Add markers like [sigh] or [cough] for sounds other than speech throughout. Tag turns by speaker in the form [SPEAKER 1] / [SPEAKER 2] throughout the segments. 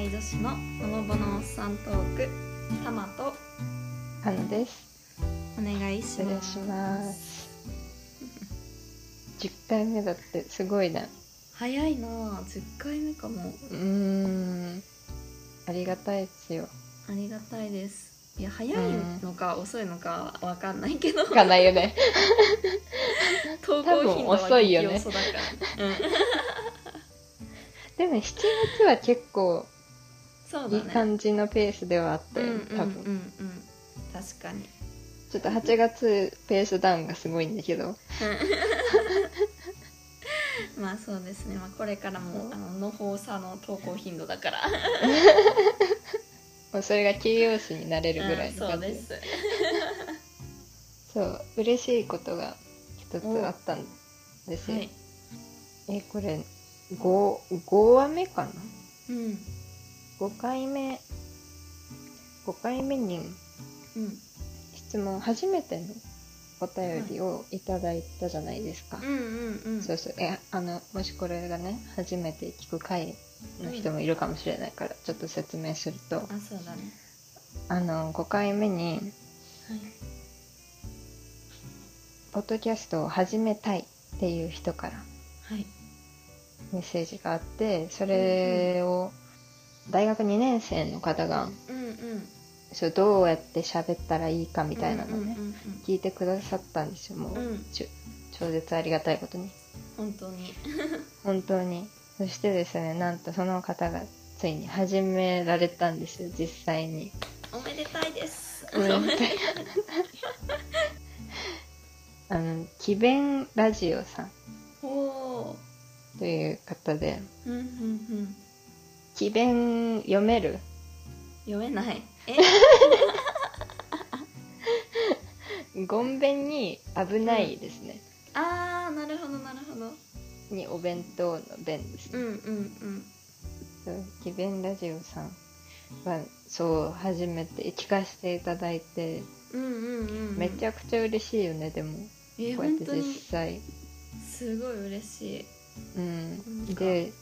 [SPEAKER 1] い女子のほのぼのおっさんトークたまと
[SPEAKER 2] あのです。
[SPEAKER 1] お願いし
[SPEAKER 2] 失礼
[SPEAKER 1] ます
[SPEAKER 2] します。10回目だってすごいな。う
[SPEAKER 1] 早いなあ10回目かも
[SPEAKER 2] ーん。ありがたいですよ。
[SPEAKER 1] ありがたいですいや早いのか遅いのかわかんないけど、
[SPEAKER 2] わかんないよね。
[SPEAKER 1] 投稿頻度は
[SPEAKER 2] 多分遅いよね
[SPEAKER 1] 激遅だから、うん、
[SPEAKER 2] [laughs] でも7月は結構
[SPEAKER 1] そう
[SPEAKER 2] いい
[SPEAKER 1] だね
[SPEAKER 2] 感じのペースではあった
[SPEAKER 1] うん
[SPEAKER 2] よ
[SPEAKER 1] うんうん
[SPEAKER 2] ね
[SPEAKER 1] う
[SPEAKER 2] 多
[SPEAKER 1] ん
[SPEAKER 2] 分。
[SPEAKER 1] 確かに
[SPEAKER 2] ちょっと8月ペースダウンがすごいんだけど。
[SPEAKER 1] まあそうですね、まあ、これからもあののほうさの投稿頻度だから
[SPEAKER 2] もうそれが形容詞になれるぐらいの
[SPEAKER 1] うん、そう
[SPEAKER 2] 感じ。
[SPEAKER 1] です
[SPEAKER 2] そう嬉しいことが一つあったんですよ。
[SPEAKER 1] はい
[SPEAKER 2] え、これ5、5話目かな
[SPEAKER 1] うん
[SPEAKER 2] 5回目5回目に
[SPEAKER 1] うん
[SPEAKER 2] 質問初めてのお便りをいただいたじゃないですか、
[SPEAKER 1] うんうんうん
[SPEAKER 2] そうそうえあのもしこれがね初めて聞く回の人もいるかもしれないから、ちょっと説明すると
[SPEAKER 1] あそうだね
[SPEAKER 2] あの5回目に
[SPEAKER 1] はい
[SPEAKER 2] 「ポッドキャストを始めたい」っていう人から
[SPEAKER 1] はい
[SPEAKER 2] メッセージがあってそれを大学2年生の方が
[SPEAKER 1] うんうん
[SPEAKER 2] そうどうやって喋ったらいいかみたいなのをね、
[SPEAKER 1] うん
[SPEAKER 2] 聞いてくださったんですよもう
[SPEAKER 1] うんうん、うん
[SPEAKER 2] ちょ超絶ありがたいことに
[SPEAKER 1] 本当に
[SPEAKER 2] 本当にそしてですねなんとその方がついに始められたんですよ実際に
[SPEAKER 1] おめでたいです
[SPEAKER 2] おめでたい [laughs] あの奇弁ラジオさん
[SPEAKER 1] お [laughs] お
[SPEAKER 2] という方で
[SPEAKER 1] ーうんうんうん
[SPEAKER 2] 奇弁読める
[SPEAKER 1] 読めないえ
[SPEAKER 2] ごんべんに危ないですね、
[SPEAKER 1] あーなるほどなるほど
[SPEAKER 2] にお弁当の弁です
[SPEAKER 1] う
[SPEAKER 2] ね、
[SPEAKER 1] んうん
[SPEAKER 2] そう奇弁ラジオさんはそう初めて聞かせていただいて
[SPEAKER 1] うんうんうんうんうん
[SPEAKER 2] めちゃくちゃ嬉しいよねでも
[SPEAKER 1] え
[SPEAKER 2] こうやっ
[SPEAKER 1] 本
[SPEAKER 2] て
[SPEAKER 1] 当
[SPEAKER 2] 実
[SPEAKER 1] に
[SPEAKER 2] 際
[SPEAKER 1] すごい嬉しい
[SPEAKER 2] うん
[SPEAKER 1] なんか
[SPEAKER 2] で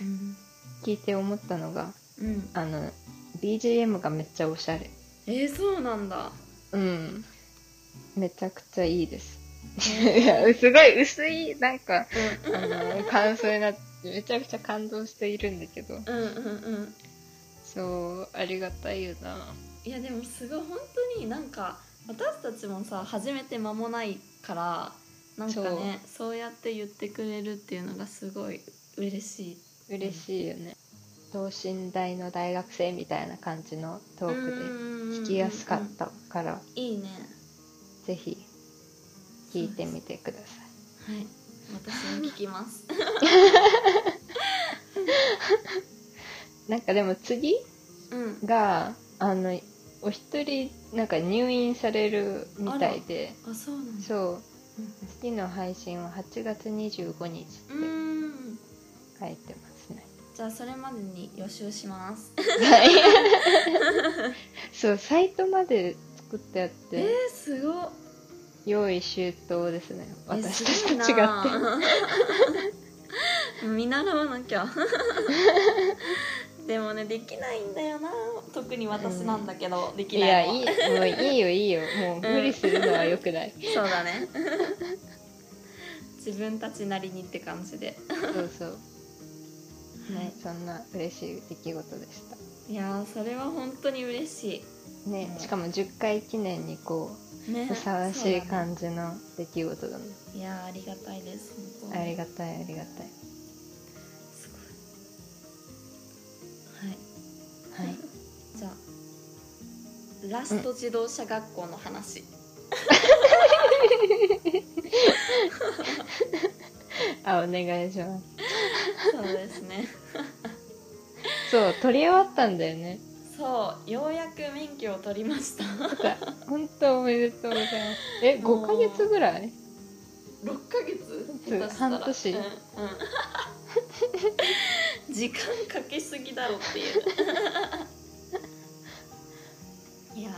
[SPEAKER 1] うん、
[SPEAKER 2] 聞いて思ったのが
[SPEAKER 1] うん、
[SPEAKER 2] あの BGM がめっちゃおしゃれ
[SPEAKER 1] えー、そうなんだ
[SPEAKER 2] うんめちゃくちゃいいです [laughs] いやすごい薄いなんかあの感想になってめちゃくちゃ感動しているんだけど
[SPEAKER 1] うんうんうんうん
[SPEAKER 2] そうありがたいよない
[SPEAKER 1] やでもすごい本当になんか私たちもさ始めて間もないからなんかねそうやって言ってくれるっていうのがすごい嬉しい
[SPEAKER 2] 嬉しいよね等身大の大学生みたいな感じのトーク
[SPEAKER 1] 聞
[SPEAKER 2] で聞きやすかったから
[SPEAKER 1] いいね
[SPEAKER 2] ぜひ聞いてみてください
[SPEAKER 1] はい私も聞きます
[SPEAKER 2] [laughs] なんかでも次
[SPEAKER 1] うん
[SPEAKER 2] があのお一人なんか入院されるみたいで
[SPEAKER 1] あそうなんだ
[SPEAKER 2] そう
[SPEAKER 1] うん
[SPEAKER 2] 次の配信は8月
[SPEAKER 1] う
[SPEAKER 2] 25日って
[SPEAKER 1] ーん
[SPEAKER 2] 書いてます
[SPEAKER 1] [laughs]
[SPEAKER 2] ね、
[SPEAKER 1] じゃあそれまでに予習します
[SPEAKER 2] はいそうサイトまで作ってあっ
[SPEAKER 1] え
[SPEAKER 2] て、
[SPEAKER 1] ー、すごっ
[SPEAKER 2] 用意周到ですね
[SPEAKER 1] え
[SPEAKER 2] 私
[SPEAKER 1] すごい
[SPEAKER 2] た
[SPEAKER 1] な
[SPEAKER 2] ちと違っ
[SPEAKER 1] [laughs]
[SPEAKER 2] て
[SPEAKER 1] 見習わなきゃ [laughs] でもねできないんだよな特に私なんだけど、でき
[SPEAKER 2] い
[SPEAKER 1] な
[SPEAKER 2] や
[SPEAKER 1] いの
[SPEAKER 2] いいもういいよいいよもう無理するのはよく
[SPEAKER 1] [laughs]
[SPEAKER 2] ない、
[SPEAKER 1] そうだね自分たちなりにって感じで
[SPEAKER 2] そうそう
[SPEAKER 1] は
[SPEAKER 2] ねそんな嬉しい出来事でした
[SPEAKER 1] いいやーそれは本当に嬉し
[SPEAKER 2] ね
[SPEAKER 1] うん
[SPEAKER 2] しかも10回記念にこう
[SPEAKER 1] いね
[SPEAKER 2] ふさわしい感じの出来事だね
[SPEAKER 1] じ、いやーありがたいです本当
[SPEAKER 2] あ
[SPEAKER 1] に
[SPEAKER 2] りがたいありがたい
[SPEAKER 1] すごいはい
[SPEAKER 2] はい
[SPEAKER 1] じゃあラスト自動車学校の話、
[SPEAKER 2] [laughs] あお願いします
[SPEAKER 1] そうですね
[SPEAKER 2] そう取り終わったんだよね
[SPEAKER 1] そうようやく免許を取りま
[SPEAKER 2] [laughs]
[SPEAKER 1] した
[SPEAKER 2] とか本当おめでとうございますえ
[SPEAKER 1] もう
[SPEAKER 2] 5ヶ月ぐらい
[SPEAKER 1] 6ヶ月
[SPEAKER 2] うん
[SPEAKER 1] 下手したら
[SPEAKER 2] 半年
[SPEAKER 1] うんうん [laughs] 時間かけすぎだろっていう [laughs] いや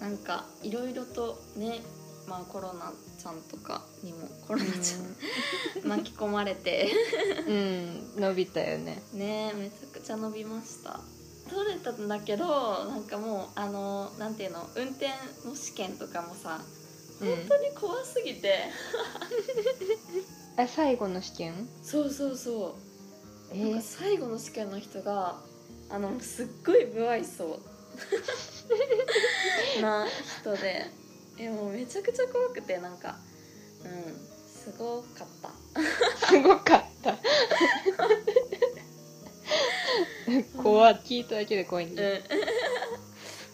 [SPEAKER 1] ーなんかいろいろとねまあコロナちゃんとかにもコロナち [laughs] ゃん巻き込まれて
[SPEAKER 2] うん、うん、伸びたよね
[SPEAKER 1] ねめちゃくちゃちゃ伸びました取れたんだけどなんかもうあのなんていうの運転の試験とかもさ
[SPEAKER 2] うん
[SPEAKER 1] 本当に怖すぎて、
[SPEAKER 2] あ最後の試験
[SPEAKER 1] そうそうそう
[SPEAKER 2] え
[SPEAKER 1] なんか
[SPEAKER 2] ー、
[SPEAKER 1] 最後の試験の人があのすっごい不愛
[SPEAKER 2] [laughs]
[SPEAKER 1] 想な人でえもうめちゃくちゃ怖くてなんかうんすごかった
[SPEAKER 2] すごかった
[SPEAKER 1] [laughs]
[SPEAKER 2] 怖い聞いただけで怖いん
[SPEAKER 1] うん [laughs]
[SPEAKER 2] だよ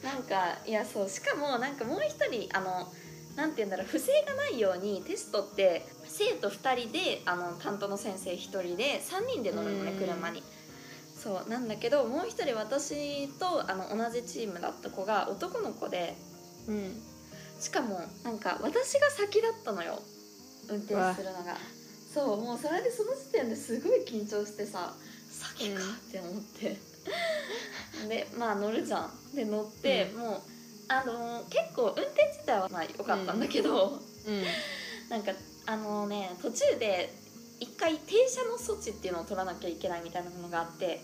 [SPEAKER 1] なんかいやそうしかもなんかもう一人あのなんて言うんだろう不正がないようにテストって生徒2人であの担当の先生1人で3人で乗るのね
[SPEAKER 2] うん
[SPEAKER 1] 車にそうなんだけどもう一人私とあの同じチームだった子が男の子で
[SPEAKER 2] うん
[SPEAKER 1] しかもなんか私が先だったのよ運転するのがそうもうそれでその時点ですごい緊張してさ先かって思って、 [laughs] でまあ乗るじゃんで乗って、
[SPEAKER 2] う
[SPEAKER 1] もうあのー結構運転自体はまあ良かったんだけど、
[SPEAKER 2] うん
[SPEAKER 1] なんかあのね途中で一回停車の措置っていうのを取らなきゃいけないみたいなものがあって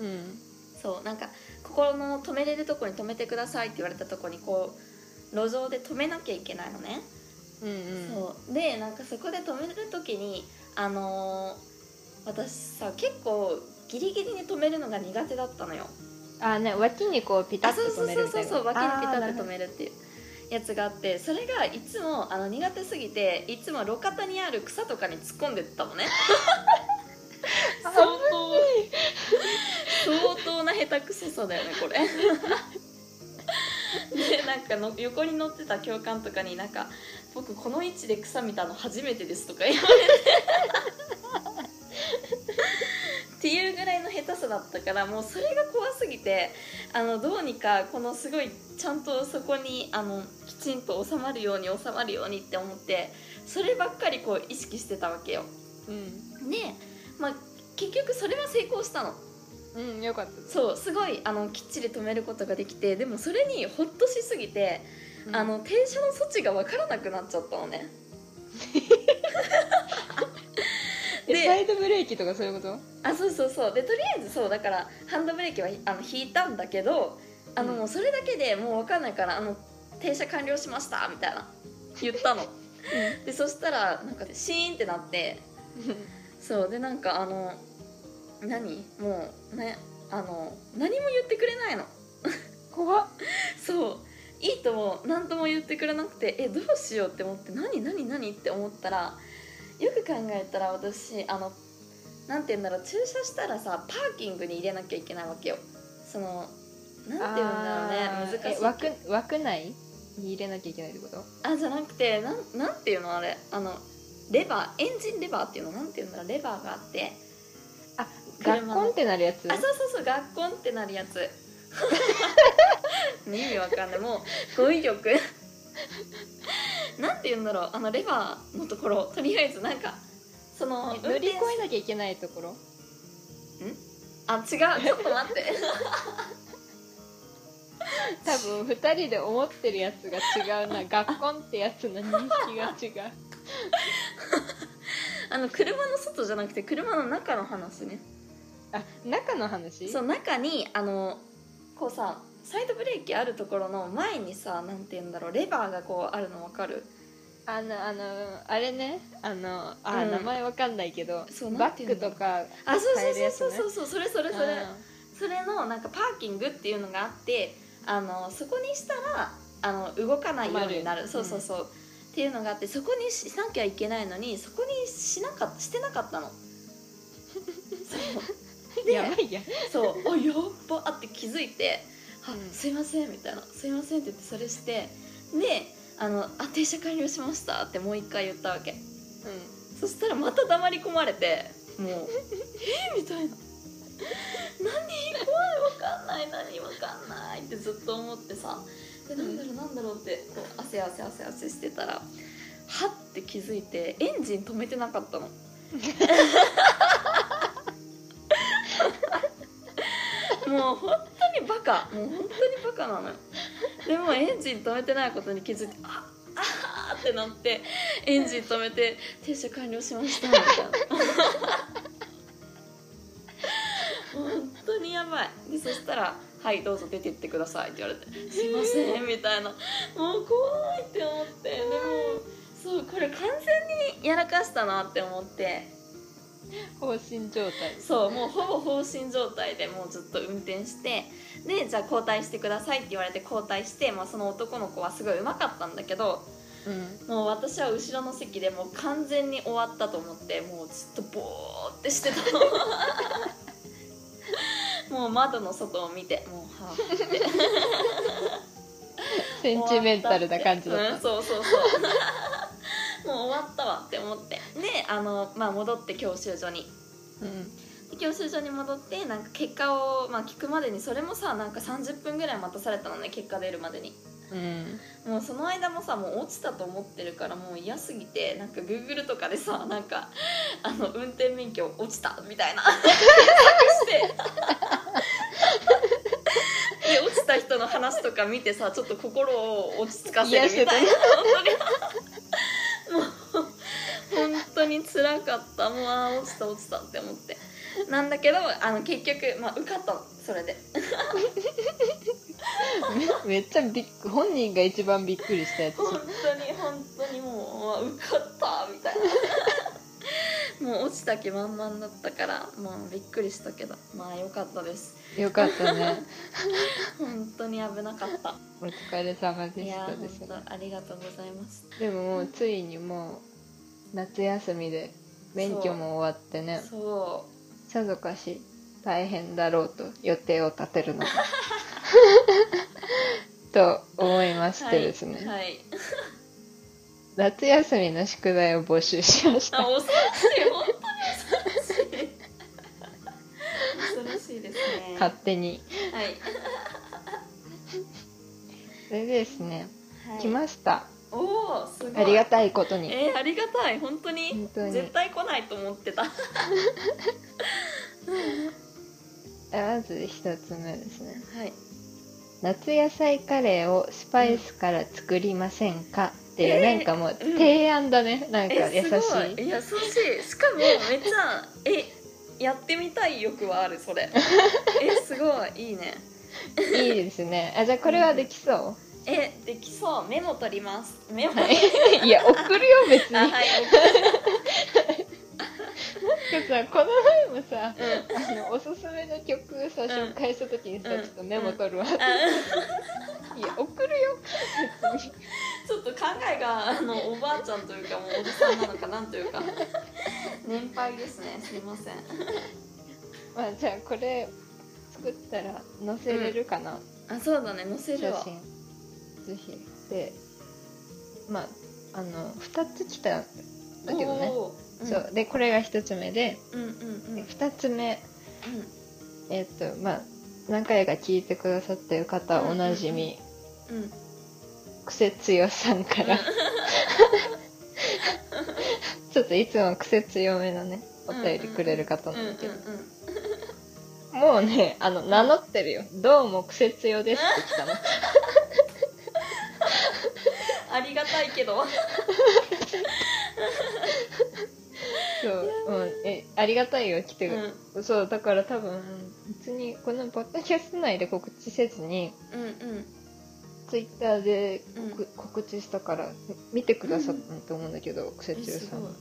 [SPEAKER 2] うん
[SPEAKER 1] そうなんかここの止めれるとこに止めてくださいって言われたとこにこう路上で止めなきゃいけないのね、
[SPEAKER 2] うんうん
[SPEAKER 1] そうでなんかそこで止める時にあのー私さ結構ギリギリに止めるのが苦手だったのよ
[SPEAKER 2] あね脇にこうピタ
[SPEAKER 1] あ
[SPEAKER 2] ッと
[SPEAKER 1] そうそう
[SPEAKER 2] 止め
[SPEAKER 1] そ
[SPEAKER 2] る
[SPEAKER 1] う
[SPEAKER 2] みた
[SPEAKER 1] そうそ
[SPEAKER 2] いな
[SPEAKER 1] う脇にピタッと止
[SPEAKER 2] め
[SPEAKER 1] めるっていうやつがあってそれがいつもあの苦手すぎていつも路肩にある草とかに突っ込んでったのね相当相当な下手くそさだよねこれ [laughs] でなんかの横に乗ってた教官とかになんか「僕この位置で草見たの初めてです」とか言われてっていうぐらいの下手さだったからもうそれが怖すぎてあのどうにかこのすごいちゃんとそこにあのきちんと収まるように収まるようにって思ってそればっかりこう意識してたわけよで、まあ、結局それは成功したの
[SPEAKER 2] うん、うん、よかった
[SPEAKER 1] そうすごいあのきっちり止めることができてでもそれにホッとしすぎて、
[SPEAKER 2] うん
[SPEAKER 1] あの停車の措置が分からなくなっちゃったのね
[SPEAKER 2] え
[SPEAKER 1] で
[SPEAKER 2] サイドブレーキとかそういうこと
[SPEAKER 1] あそうそうそうでとりあえずそうだからハンドブレーキはあの引いたんだけどあの、
[SPEAKER 2] うん
[SPEAKER 1] もうそれだけでもう分かんないからあの停車完了しましたみたいな言ったのでそしたらなんかシーンってなってそうでなんかあの何もうねあの何も言ってくれないの
[SPEAKER 2] 怖っ
[SPEAKER 1] そういいとも何とも言ってくれなくてえどうしようって思って何何何って思ったらよく考えたら私あのなんて言うんだろう駐車したらさパーキングに入れなきゃいけないわけよそのなんて言うんだろうね難しい
[SPEAKER 2] 枠枠内に入れなきゃいけないってこと
[SPEAKER 1] あじゃなくてなんなんていうのあれあのレバーエンジンレバーっていうのなんていうんだろうレバーがあって
[SPEAKER 2] あ
[SPEAKER 1] 車
[SPEAKER 2] 学
[SPEAKER 1] の
[SPEAKER 2] 校ってなるやつ
[SPEAKER 1] あそうそうそう学校ってなるやつ [laughs] 意味わかんないもう語彙力なんて言うんだろうあのレバーのところとりあえずなんかその
[SPEAKER 2] 乗り越
[SPEAKER 1] 運転
[SPEAKER 2] えなきゃいけないところ
[SPEAKER 1] あ違うちょっと待って [laughs]
[SPEAKER 2] 多分2人で思ってるやつが違 [laughs] うな学校ってやつの認識が違う
[SPEAKER 1] あの車の外じゃなくて車の中の話ね
[SPEAKER 2] あ中の話
[SPEAKER 1] そう中にあのこうさサイドブレーキあるところの前にさなんて言うんだろうレバーがこうあるのわかる
[SPEAKER 2] あのあのあれねあのあ、
[SPEAKER 1] うん
[SPEAKER 2] 名前わかんないけど
[SPEAKER 1] そうな
[SPEAKER 2] バ
[SPEAKER 1] んて
[SPEAKER 2] ッ
[SPEAKER 1] いう
[SPEAKER 2] グ
[SPEAKER 1] の
[SPEAKER 2] とか
[SPEAKER 1] あそう
[SPEAKER 2] 買えるやつ
[SPEAKER 1] そう
[SPEAKER 2] ね
[SPEAKER 1] そうそうそうそれそれそれ
[SPEAKER 2] あ
[SPEAKER 1] それのなんかパーキングっていうのがあってあのそこにしたらあの動かないようにな
[SPEAKER 2] 困
[SPEAKER 1] る
[SPEAKER 2] る
[SPEAKER 1] そうそうそう、っていうのがあってそこにしなきゃいけないのにそこにしなかっしてなかったの。そう
[SPEAKER 2] ーや
[SPEAKER 1] で
[SPEAKER 2] ばいやん
[SPEAKER 1] そう「あやっば」って気づいて「あ
[SPEAKER 2] うん
[SPEAKER 1] すいません」みたいな「すいません」って言ってそれしてであのあ「停車完了しました」ってもう一回言ったわけ。
[SPEAKER 2] う
[SPEAKER 1] そしたらまた黙り込まれてもう「え [laughs] み [laughs] たいな「何怖いわかんない何わかんない」ってずっと思ってさでなんだろうなんだろうってこう汗汗汗汗してたらはって気づいてエンジン止めてなか [laughs] ったの。もう本当にバカもう本当にバカなのよでもエンジン止めてないことに気づいてああーってなってエンジン止めて停車完了しましたみたいな本当にやはいどうぞ出てってください」って言われて「すいません」みたいなもう怖いって思ってでもそうこれ完全にやらかしたなって思って
[SPEAKER 2] 放心状態
[SPEAKER 1] そうもうほぼ放心状態でもうずっと運転してでじゃあ交代してくださいって言われて交代して、まあ、その男の子はすごいうまかったんだけど
[SPEAKER 2] うん
[SPEAKER 1] もう私は後ろの席でもう完全に終わったと思ってもうずっとボーってしてた
[SPEAKER 2] [laughs]
[SPEAKER 1] のもう窓の外を見てもうはあ
[SPEAKER 2] センチメンタルな感じだった
[SPEAKER 1] うん、そうそうそう [laughs] もう終わったわって思ってであの、まあ、戻って教習所に
[SPEAKER 2] うん
[SPEAKER 1] で教習所に戻ってなんか結果を、まあ、聞くまでにそれもさなんか30分ぐらい待たされたのね結果出るまでに
[SPEAKER 2] うん
[SPEAKER 1] もうその間もさもう落ちたと思ってるからもう嫌すぎてなんか Google とかでさなんかあの運転免許落ちたみたいな検索してで落ちた人の話とか見てさちょっと心を落ち着かせるみたいな
[SPEAKER 2] 癒や
[SPEAKER 1] 本当にもう本当につらかったもうあー落ちた落ちたって思ってなんだけどあの結局、まあ、受かったのそれで
[SPEAKER 2] めめっちゃびっく本人が一番びっくりしたやつ
[SPEAKER 1] 本当に本当にもううわ受かったみたいな [laughs] もう落ちた気満々だったからもうびっくりしたけどまあ良かったです
[SPEAKER 2] よかったね
[SPEAKER 1] 本当に危なかった
[SPEAKER 2] お疲れ様で
[SPEAKER 1] い
[SPEAKER 2] し
[SPEAKER 1] や
[SPEAKER 2] た
[SPEAKER 1] ー
[SPEAKER 2] です
[SPEAKER 1] 本当ありがとうございます
[SPEAKER 2] でももうついにもう夏休みで免許も終わってね
[SPEAKER 1] そ
[SPEAKER 2] さぞかし大変だろうと予定を立てるの
[SPEAKER 1] [laughs]
[SPEAKER 2] かと思いま
[SPEAKER 1] う
[SPEAKER 2] してですね、
[SPEAKER 1] はい、はい、
[SPEAKER 2] 夏休みの宿題を募集しまし
[SPEAKER 1] あ
[SPEAKER 2] た
[SPEAKER 1] 恐ろしい本当に恐ろしい恐ろしいですね
[SPEAKER 2] 勝手に
[SPEAKER 1] はい、
[SPEAKER 2] それでですね、
[SPEAKER 1] はい、
[SPEAKER 2] 来ました
[SPEAKER 1] おおすごい
[SPEAKER 2] ありがたいことに
[SPEAKER 1] えー、ありがたい本当に
[SPEAKER 2] 本当に
[SPEAKER 1] 絶対来ないと思ってた
[SPEAKER 2] まず一つ目ですね
[SPEAKER 1] はい
[SPEAKER 2] 夏野菜カレーをスパイスから作りませんかっていう、
[SPEAKER 1] えー
[SPEAKER 2] なんかもう
[SPEAKER 1] うん
[SPEAKER 2] 提案だね、なんか優
[SPEAKER 1] えす
[SPEAKER 2] しい
[SPEAKER 1] ごい優しいしかもめっちゃえやってみたい欲はあるそ
[SPEAKER 2] [laughs]
[SPEAKER 1] れえすごいいいね
[SPEAKER 2] いいですねあじゃあこれはできそ
[SPEAKER 1] えできそうメモ取りますメモ、
[SPEAKER 2] う、はい、いや送るよ別に
[SPEAKER 1] あ
[SPEAKER 2] なんか
[SPEAKER 1] はい
[SPEAKER 2] さこの前もさあのおすすめの曲さ
[SPEAKER 1] うん
[SPEAKER 2] 紹介した時にさ、
[SPEAKER 1] うん
[SPEAKER 2] ちょっとメモ取るわ、
[SPEAKER 1] あ
[SPEAKER 2] いや送るよ別に
[SPEAKER 1] ちょっと考えがあのおばあちゃんというかもうおじさんなのかなんというか年配ですねすいません
[SPEAKER 2] まあじゃあこれ作ったら載せれるかな、
[SPEAKER 1] あそうだね載せ
[SPEAKER 2] 写
[SPEAKER 1] るわ
[SPEAKER 2] 真ぜひでまああの2つ来たんだけどね
[SPEAKER 1] おー
[SPEAKER 2] そ、うでこれが1つ目で
[SPEAKER 1] うん、うんうんうんうん
[SPEAKER 2] で2つ目えっ、とまあ何回か聞いてくださってる方はおなじみ、
[SPEAKER 1] うんうん
[SPEAKER 2] 癖強さんから
[SPEAKER 1] [laughs]
[SPEAKER 2] ちょっといつも癖強めのねお便りくれる方なんだけど、
[SPEAKER 1] う
[SPEAKER 2] もうねあの名乗ってるよ「どうも癖強です」って来たの
[SPEAKER 1] んありがたいけど
[SPEAKER 2] そう、うん、えありがたいよ来てくれ
[SPEAKER 1] うん
[SPEAKER 2] そうだから多分別にこのポッドキャスト内で告知せずに
[SPEAKER 1] うんうん
[SPEAKER 2] ツイッターで
[SPEAKER 1] うん
[SPEAKER 2] 告,、告知したからみ見てくださったと思うんだけど、クセ
[SPEAKER 1] え
[SPEAKER 2] チュウ
[SPEAKER 1] す
[SPEAKER 2] さ
[SPEAKER 1] ご
[SPEAKER 2] ん
[SPEAKER 1] い
[SPEAKER 2] の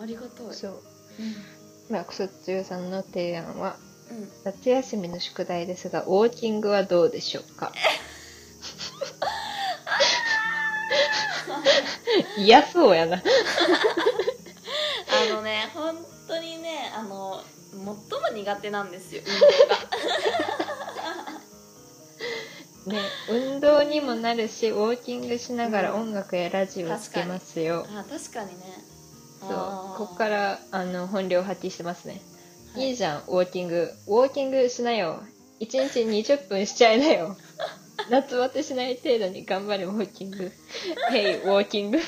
[SPEAKER 1] ありがたい
[SPEAKER 2] そう
[SPEAKER 1] うん
[SPEAKER 2] まあクセチュウさんの提案は
[SPEAKER 1] うん
[SPEAKER 2] 夏休みの宿題ですがウォーキングはどうでしょうか嫌そうやな
[SPEAKER 1] あのね本当にねあの最も苦手なんですよ運動が
[SPEAKER 2] ね運動にもなるしウォーキングしながら音楽やラジオをつけますよ
[SPEAKER 1] あ確かにね
[SPEAKER 2] そうここ
[SPEAKER 1] ら、
[SPEAKER 2] からあの本領発揮してますね
[SPEAKER 1] はい
[SPEAKER 2] いいじゃん、ウォーキング。ウォーキングしなよ。1日20分しちゃいな [laughs] よ。夏バテしない程度に頑張れ、ウォーキン [laughs] グ。ヘイ、ウォーキング。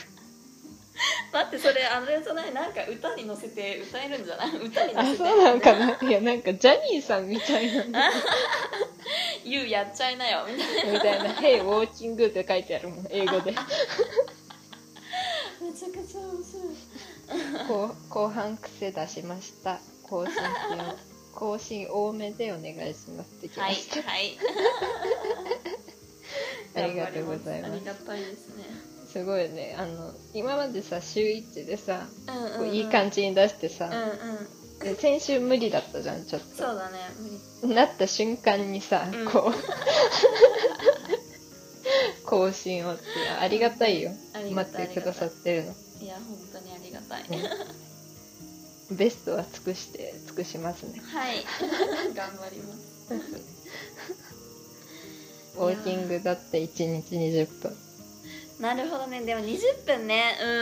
[SPEAKER 1] 待ってそれあれじゃないなんか歌に乗せて歌えるんじゃ
[SPEAKER 2] [laughs]
[SPEAKER 1] ない歌に乗
[SPEAKER 2] あ、
[SPEAKER 1] せて
[SPEAKER 2] そうな
[SPEAKER 1] [laughs]
[SPEAKER 2] んかな。いや、なんか、ジャニーさんみたいな、 [laughs]
[SPEAKER 1] 「You やっちゃいなよ」みたい
[SPEAKER 2] みたいな、ヘイ、ウォーキングって書いてあるもん、英語 [laughs] で。
[SPEAKER 1] なめちゃくちゃ面白い
[SPEAKER 2] こう後半癖出しました。更新しよう。更新多めでお願いしますってきま
[SPEAKER 1] はい
[SPEAKER 2] した。
[SPEAKER 1] はい。
[SPEAKER 2] [laughs] ありがとうございます
[SPEAKER 1] ありがたいですね。
[SPEAKER 2] すごいね、あの、今までさ、週1でさ、
[SPEAKER 1] うんうん、
[SPEAKER 2] こういい感じに出して
[SPEAKER 1] じうん
[SPEAKER 2] さ、
[SPEAKER 1] うん。
[SPEAKER 2] で先週無理だったじゃん、ちょっ
[SPEAKER 1] そうだね。無理。
[SPEAKER 2] と。なった瞬間にさ、
[SPEAKER 1] うん
[SPEAKER 2] こう、 [laughs] 更新をって、ありがたいよ。
[SPEAKER 1] ありが
[SPEAKER 2] 待
[SPEAKER 1] たい
[SPEAKER 2] ってくださってるの。
[SPEAKER 1] いや本当にありがたい。
[SPEAKER 2] ねベストは尽くして、尽くしますね。 [laughs]
[SPEAKER 1] はい。頑張ります。
[SPEAKER 2] ウォーキングだって1日20分。
[SPEAKER 1] なるほどね。でも20分ね。うんうん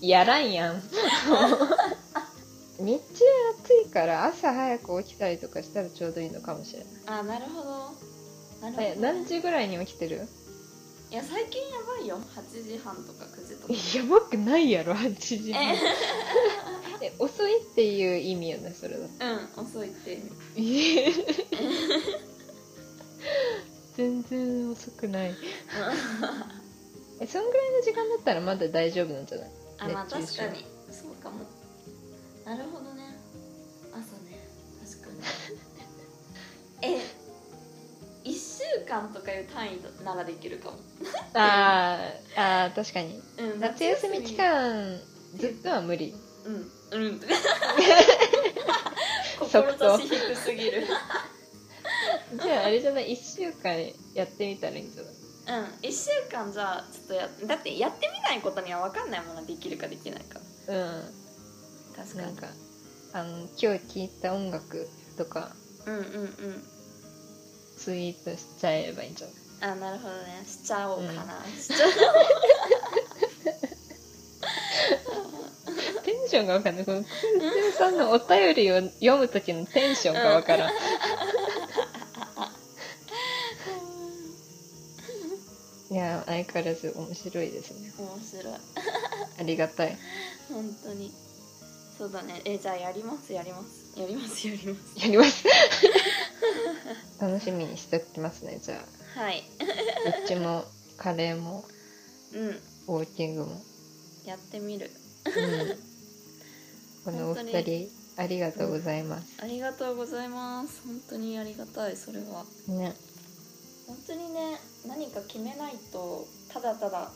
[SPEAKER 1] うん。
[SPEAKER 2] やらんやん。 [laughs] 日中暑いから朝早く起きたりとかしたらちょうどいいのかもしれない。
[SPEAKER 1] あなるほど。なるほど、
[SPEAKER 2] え、何時ぐらいに起きてる
[SPEAKER 1] いや最近やばいよ。8時半とか9時とか。
[SPEAKER 2] やばくないやろ、8時
[SPEAKER 1] え
[SPEAKER 2] 半。え、遅いっていう意味よね、それだと。
[SPEAKER 1] うん遅いっていう。
[SPEAKER 2] 全然遅くない。え、そんぐらいの時間だったらまだ大丈夫なんじゃない
[SPEAKER 1] あまあ確かに
[SPEAKER 2] 熱中症
[SPEAKER 1] そうかも。なるほどね。朝ね確か
[SPEAKER 2] [laughs]
[SPEAKER 1] に。え1週間とかいう単位ならできるかも。
[SPEAKER 2] あーあー、確かに。
[SPEAKER 1] うん
[SPEAKER 2] 夏休み期。間、ずっとは無理。
[SPEAKER 1] うん
[SPEAKER 2] [laughs]
[SPEAKER 1] うん。 [laughs]
[SPEAKER 2] 即答
[SPEAKER 1] 志低すぎる。
[SPEAKER 2] じゃああれじゃない1週間やってみたらいいんじゃな
[SPEAKER 1] う
[SPEAKER 2] い
[SPEAKER 1] ん1週間じゃあちょっとやだってやってみないことには分かんないものできるかできないか
[SPEAKER 2] う
[SPEAKER 1] 確
[SPEAKER 2] ん
[SPEAKER 1] か
[SPEAKER 2] な
[SPEAKER 1] に
[SPEAKER 2] んかあの今日聴いた音楽とか
[SPEAKER 1] うんうんうん
[SPEAKER 2] ツイートしちゃえばいいんじゃない
[SPEAKER 1] あなるほどねしちゃおうかな、しちゃ
[SPEAKER 2] テンションがわかんないこのつゆつゆさんのお便りを読む時のテンションがわからん、いや相変わらず面白いですね
[SPEAKER 1] う [laughs] 面白い
[SPEAKER 2] ありがたい
[SPEAKER 1] 本当にそうだねえじゃあやりますやりますやりますやります
[SPEAKER 2] やります楽しみにしておきますねじゃあ
[SPEAKER 1] はいう
[SPEAKER 2] ちもカレーも
[SPEAKER 1] うん
[SPEAKER 2] ウォーキングも、
[SPEAKER 1] やってみる
[SPEAKER 2] うん、このお二
[SPEAKER 1] 本当
[SPEAKER 2] 人ありがとうございます、
[SPEAKER 1] ありがとうございます本当にありがたいそれは
[SPEAKER 2] ね
[SPEAKER 1] 本当にね何か決めないとただただ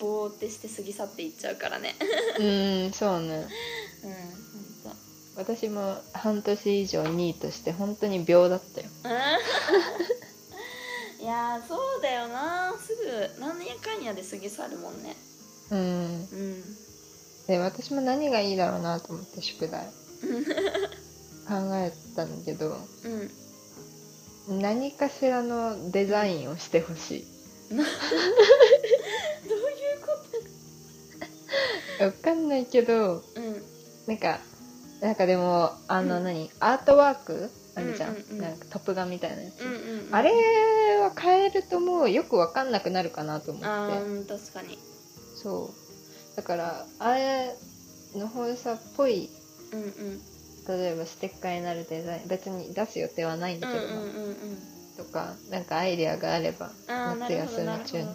[SPEAKER 1] ぼーってして過ぎ去っていっちゃうからね
[SPEAKER 2] うーんそうね
[SPEAKER 1] うん本
[SPEAKER 2] 私も半年以上2位として本当に秒だったよ
[SPEAKER 1] 当。うん [laughs] いやーそうだよなすぐ何やかんやで過ぎ去るもんね
[SPEAKER 2] うん
[SPEAKER 1] うん
[SPEAKER 2] で私も何がいいだろうなと思って
[SPEAKER 1] [laughs]
[SPEAKER 2] 宿題考えたんだけど
[SPEAKER 1] うん
[SPEAKER 2] 何かしらのデザインをしてほしい
[SPEAKER 1] どういうこ
[SPEAKER 2] わかんないけど
[SPEAKER 1] とうん
[SPEAKER 2] なんかなんかでもあの
[SPEAKER 1] うん
[SPEAKER 2] 何、アートワークあるじゃん,、
[SPEAKER 1] うんうんうん
[SPEAKER 2] なんかトップ画みたいなやつ、
[SPEAKER 1] うんうん
[SPEAKER 2] あれは変えるともうよくわかんなくなるかなと思
[SPEAKER 1] あ
[SPEAKER 2] って
[SPEAKER 1] ーうん確かに
[SPEAKER 2] そうだからあれの方さっぽい
[SPEAKER 1] うんうん
[SPEAKER 2] 例えばステッカーになるデザイン別に出す予定はないん
[SPEAKER 1] う
[SPEAKER 2] だ
[SPEAKER 1] ん
[SPEAKER 2] けど、
[SPEAKER 1] うんうんうん
[SPEAKER 2] とかなんかアイデアがあれば
[SPEAKER 1] あーな
[SPEAKER 2] 夏
[SPEAKER 1] るほ
[SPEAKER 2] 休
[SPEAKER 1] どなる
[SPEAKER 2] み
[SPEAKER 1] ほ
[SPEAKER 2] 中に
[SPEAKER 1] ど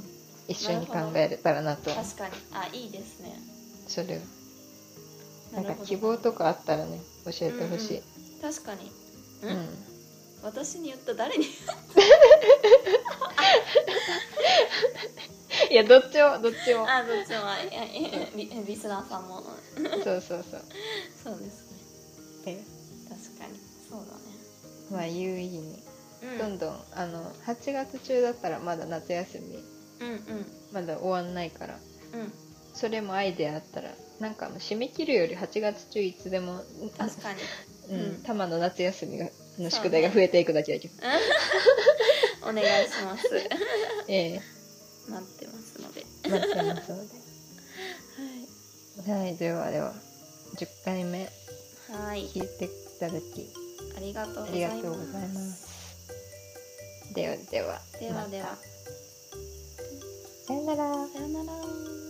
[SPEAKER 2] 一緒に考えれたらなと
[SPEAKER 1] 確かにあいいですね
[SPEAKER 2] それを
[SPEAKER 1] な
[SPEAKER 2] な
[SPEAKER 1] んる
[SPEAKER 2] か
[SPEAKER 1] ほど
[SPEAKER 2] 希望とかあったらね教えてほしい、
[SPEAKER 1] 確かに
[SPEAKER 2] う
[SPEAKER 1] うんん私に言った誰に [laughs]
[SPEAKER 2] いやどっちもどっちも
[SPEAKER 1] あどっちもいやいやリリスナーさんも
[SPEAKER 2] [laughs] そうそうそう
[SPEAKER 1] そうですね
[SPEAKER 2] え
[SPEAKER 1] 確かにそうだ
[SPEAKER 2] まあ有意義に
[SPEAKER 1] ね
[SPEAKER 2] どんどんあの8月中だったらまだ夏休み
[SPEAKER 1] うんうん
[SPEAKER 2] まだ終わんないから
[SPEAKER 1] うんうん
[SPEAKER 2] それもアイデアあったらなんかもう締め切るより8月中いつでも
[SPEAKER 1] 確かにう
[SPEAKER 2] う
[SPEAKER 1] ん
[SPEAKER 2] ん、たまの夏休みがの
[SPEAKER 1] そう
[SPEAKER 2] 宿題が増えていくだけだけど、
[SPEAKER 1] お願いします
[SPEAKER 2] え
[SPEAKER 1] 待ってますのでは
[SPEAKER 2] え待ってますのではいではでは10回目
[SPEAKER 1] いはい
[SPEAKER 2] 聞いていただき
[SPEAKER 1] ありがとう
[SPEAKER 2] あ
[SPEAKER 1] ご
[SPEAKER 2] り
[SPEAKER 1] ざ
[SPEAKER 2] が
[SPEAKER 1] い
[SPEAKER 2] とうござい
[SPEAKER 1] ま
[SPEAKER 2] ますすではでは
[SPEAKER 1] ではでは
[SPEAKER 2] さよなら
[SPEAKER 1] さよなら